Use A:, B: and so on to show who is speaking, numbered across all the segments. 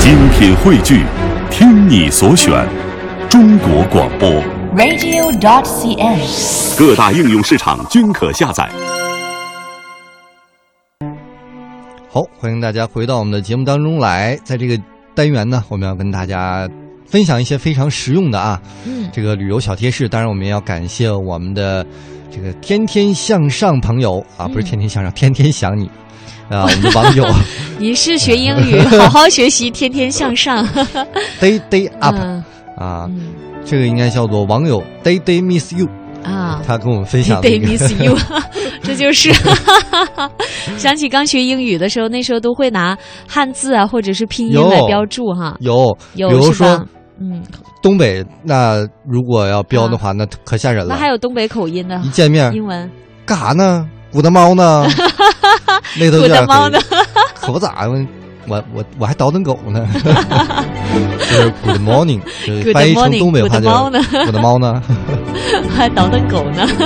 A: 精品汇聚，听你所选，中国广播。
B: radio.cn。
A: 各大应用市场均可下载。
C: 好，欢迎大家回到我们的节目当中来。在这个单元呢，我们要跟大家分享一些非常实用的啊，
B: 嗯
C: 这个旅游小贴士。当然，我们也要感谢我们的这个天天向上朋友
D: 嗯
C: 啊，不是天天向上， 天天想你 啊，我们的网友
D: 你是学英 语，好好学习，天天向上。
C: day day up
D: 嗯
C: 啊，
D: 嗯
C: 这个应该叫做网友 day day miss you，
D: 啊
C: 他跟我们分享的
D: ，They
C: 一个
D: miss you，这就是。 想起刚学英语的时候，那时候都会拿汉字啊或者是拼音
C: 有
D: 来标注哈，
C: 有，
D: 有
C: 比如
D: 是吧
C: 说？
D: 嗯，
C: 东北，那如果要标的话，那可吓人
D: 那
C: 了。
D: 还有东北口音的
C: 一见面，
D: 英文，
C: 干啥呢？鼓捣猫 呢？那都有点
D: 鼓捣猫呢
C: 可以可不咋的，我我我还倒腾狗呢。 就是 Good morning，就是
D: Good
C: 翻译成
D: morning，
C: 东北话就
D: good 猫呢
C: 我的猫 呢？
D: 还倒腾狗呢。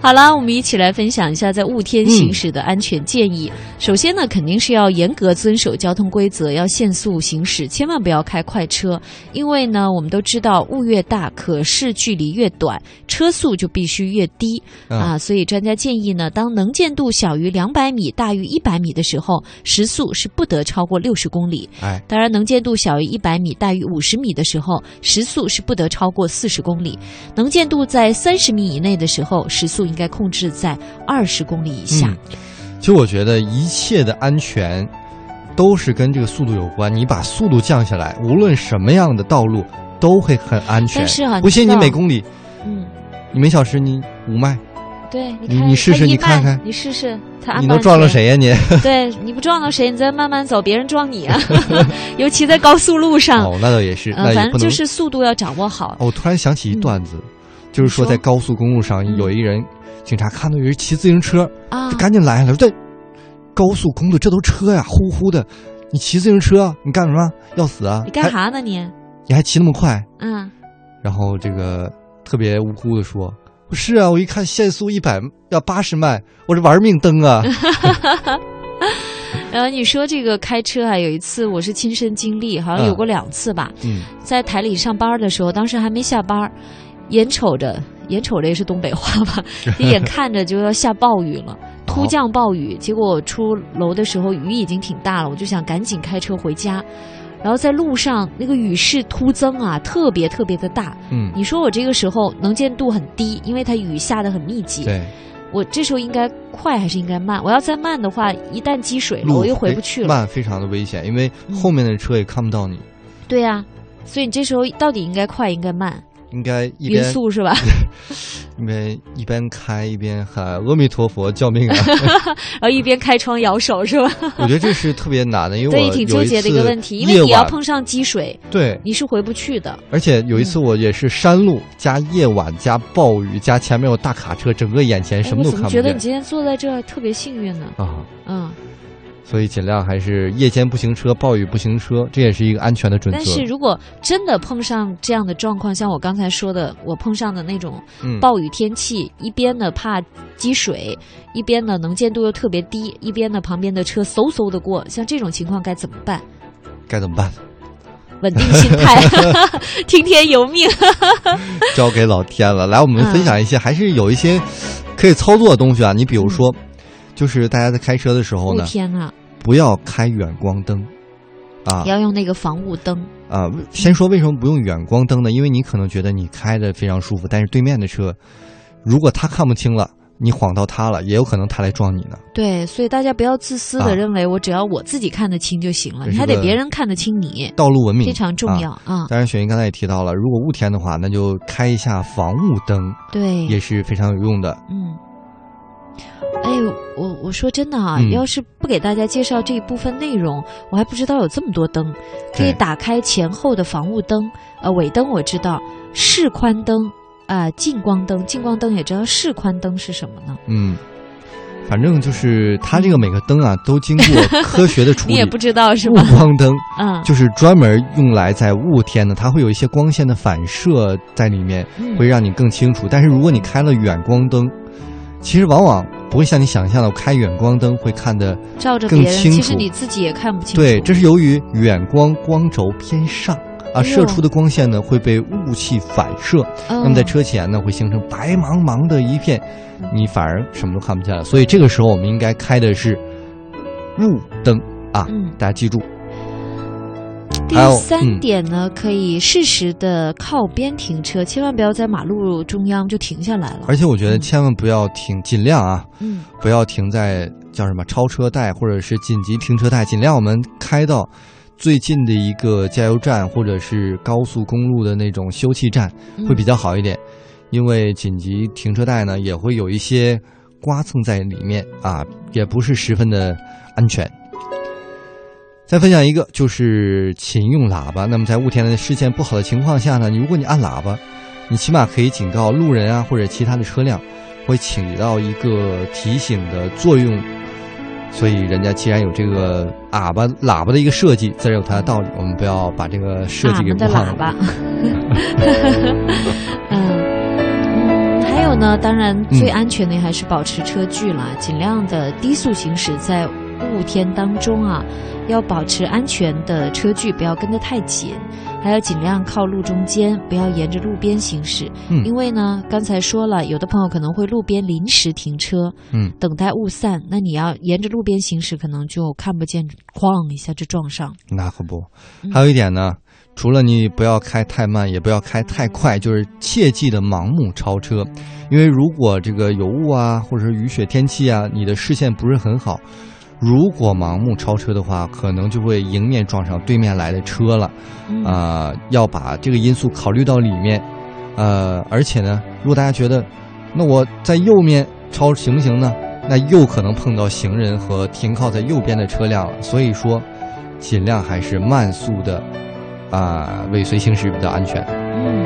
D: 好啦，我们一起来分享一下在雾天行驶的安全建议。首先呢，肯定是要严格遵守交通规则，要限速行驶，千万不要开快车。因为呢，我们都知道雾越大，可视距离越短，车速就必须越低、
C: 嗯
D: 啊。所以专家建议呢，当能见度小于两百米、大于一百米的时候，时速是不得超过六十公里。
C: 哎，
D: 当然，能见度小于一百米、大于五十米的时候，时速是不得超过四十公里；能见度在三十米以内的时候，时速应该控制在二十公里以下。
C: 嗯，其实我觉得一切的安全都是跟这个速度有关。你把速度降下来，无论什么样的道路都会很安全。
D: 但是啊
C: 不信
D: 你
C: 你
D: 知道
C: 每公里，
D: 嗯，
C: 你每小时你五迈，
D: 对，你
C: 你
D: 看，
C: 你试试
D: 它一
C: 你看
D: 慢
C: 看
D: 你试试，它安
C: 你
D: 不
C: 能
D: 安
C: 撞了
D: 全？
C: 谁呀、你？
D: 对，你不撞到谁，你再慢慢走，别人撞你 啊！尤其在高速路上，
C: 哦，那倒也是，
D: 嗯、
C: 那也
D: 反
C: 不
D: 正
C: 能
D: 就是速度要掌握好。
C: 哦，我突然想起一段子，就是说
D: 嗯你
C: 在
D: 说
C: 高速公路上
D: 嗯
C: 有一人，警察看到有人骑自行车，
D: 啊
C: 就，赶紧拦下来说：“这高速公路这都车呀，呼呼的，你骑自行车你干什么？要死啊！
D: 你干
C: 还？
D: 啥呢你？
C: 你还骑那么快
D: 嗯，？”
C: 然后这个特别无辜的说。不是啊，我一看限速一百要八十迈，我这玩命蹬 啊！
D: 然后呃你说这个开车啊，有一次我是亲身经历，好像有
C: 嗯
D: 过两次吧。
C: 嗯，
D: 在台里上班的时候，当时还没下班儿，眼瞅着眼瞅着也是东北话吧， 就眼看着就要下暴雨了，突降暴雨。结果我出楼的时候雨已经挺大了，我就想赶紧开车回家。然后在路上那个雨势突增啊，特别特别的大。
C: 嗯，
D: 你说我这个时候能见度很低，因为它雨下得很密集。
C: 对，
D: 我这时候应该快还是应该慢？我要再慢的话，一旦积水了，
C: 路
D: 我又回不去了。
C: 慢非常的危险，因为后面的车也看不到你，
D: 对呀、所以你这时候到底应该快应该慢？
C: 应该一
D: 匀
C: 边
D: 嗯速是吧？
C: 因为一边开一边喊阿弥陀佛救命啊！
D: 然呃后一边开窗摇手是吧？
C: 我觉得这是特别难的，因为我
D: 对，挺纠结的一个问题，因为
C: 有一
D: 你
C: 次
D: 要
C: 夜晚
D: 碰上积水，
C: 对，
D: 你是回不去的。
C: 而且有一次我也是山路加夜晚加暴雨加前面有大卡车，整个眼前
D: 哎，
C: 什么
D: 我
C: 都
D: 怎
C: 看
D: 么
C: 不
D: 觉得
C: 见
D: 你今天坐在这儿特别幸运呢？
C: 啊！
D: 嗯，
C: 所以尽量还是夜间不行车，暴雨不行车，这也是一个安全的准则。
D: 但是如果真的碰上这样的状况，像我刚才说的，我碰上的那种
C: 嗯，
D: 暴雨天气，一边呢怕积水，一边呢能见度又特别低，一边呢旁边的车嗖嗖的过，像这种情况该怎么办？
C: 该怎么办？
D: 稳定心态， 听天由命。
C: 交给老天了。来，我们
D: 嗯
C: 分享一些，还是有一些可以操作的东西啊。你比如说，就是大家在开车的时候
D: 雾
C: 呢，
D: 天啊，
C: 不要开远光灯啊。
D: 要用那个防雾灯。
C: 啊，为先说为什么不用远光灯呢？因为你可能觉得你开的非常舒服，但是对面的车，如果他看不清了，你晃到他了，也有可能他来撞你呢。
D: 对，所以大家不要自私
C: 啊
D: 的认为我只要我自己看得清就行了，
C: 这
D: 你
C: 是
D: 还得
C: 个
D: 别人看得清你，
C: 道路文明
D: 非常重要
C: 啊
D: 啊。
C: 当然，雪英刚才也提到了，如果雾天的话，那就开一下防雾灯，
D: 对，
C: 也是非常有用的。
D: 嗯。哎，我我说真的啊，
C: 嗯
D: 要是不给大家介绍这一部分内容，我还不知道有这么多灯，可
C: 对
D: 以打开前后的防雾灯，呃，尾灯我知道，视宽灯啊、近光灯，近光灯也知道，视宽灯是什么呢？
C: 嗯，反正就是它这个每个灯啊，都经过科学的处
D: 你
C: 理
D: 也。不知道是
C: 雾
D: 吧？
C: 光灯
D: 嗯，
C: 就是专门用来在雾天呢，它会有一些光线的反射在里面，
D: 嗯
C: 会让你更清楚。但是如果你开了远光灯，其实往往不会像你想象的，我开远光灯会看的。
D: 照着
C: 更
D: 别人，
C: 清
D: 其实
C: 楚
D: 你自己也看不清楚。
C: 对，这是由于远光光轴偏上啊，
D: 哎呦
C: 射出的光线呢会被雾气反射，
D: 嗯
C: 那么在车前呢会形成白茫茫的一片，你反而什么都看不见了。所以这个时候我们应该开的是雾灯啊，
D: 嗯
C: 大家记住。
D: 第
C: 还有
D: 三
C: 嗯
D: 点呢，可以适时的靠边停车，千万不要在马路中央就停下来了。
C: 而且我觉得
D: 嗯
C: 千万不要停，尽量啊，
D: 嗯，
C: 不要停在叫什么超车带或者是紧急停车带，尽量我们开到最近的一个加油站或者是高速公路的那种休憩站
D: 嗯
C: 会比较好一点，因为紧急停车带呢也会有一些刮蹭在里面啊，也不是十分的安全。再分享一个，就是勤用喇叭。那么在雾天的视线不好的情况下呢，你如果你按喇叭，你起码可以警告路人啊或者其他的车辆，会起到一个提醒的作用。所以人家既然有这个喇叭喇叭的一个设计，自然有它的道理。我们不要把这个设
D: 俺
C: 计给
D: 啊们的
C: 忘了。
D: 喇叭。 嗯嗯，还有呢，当然最安全的还是保持车距啦，尽量的低速行驶，在雾天当中啊，要保持安全的车距，不要跟得太紧，还要尽量靠路中间，不要沿着路边行驶。
C: 嗯
D: 因为呢，刚才说了，有的朋友可能会路边临时停车，
C: 嗯，
D: 等待雾散，那你要沿着路边行驶，可能就看不见，哐一下就撞上。
C: 那可不
D: 嗯。
C: 还有一点呢，除了你不要开太慢，也不要开太快，就是切记的盲目超车，因为如果这个有雾啊，或者是雨雪天气啊，你的视线不是很好。如果盲目超车的话，可能就会迎面撞上对面来的车了。
D: 嗯
C: 啊、要把这个因素考虑到里面。呃，而且呢，如果大家觉得，那我在右面超行不行呢？那又可能碰到行人和停靠在右边的车辆了。所以说，尽量还是慢速的，啊、尾随行驶比较安全。
D: 嗯，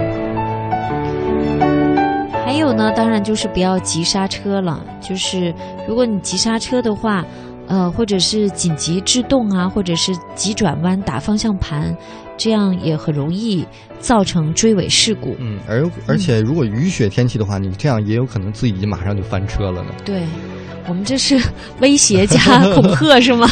D: 还有呢，当然就是不要急刹车了。就是如果你急刹车的话，呃，或者是紧急制动啊，或者是急转弯打方向盘，这样也很容易造成追尾事故。
C: 嗯，而而且如果雨雪天气的话，你这样也有可能自己马上就翻车了呢。
D: 对，我们这是威胁加恐吓是吗？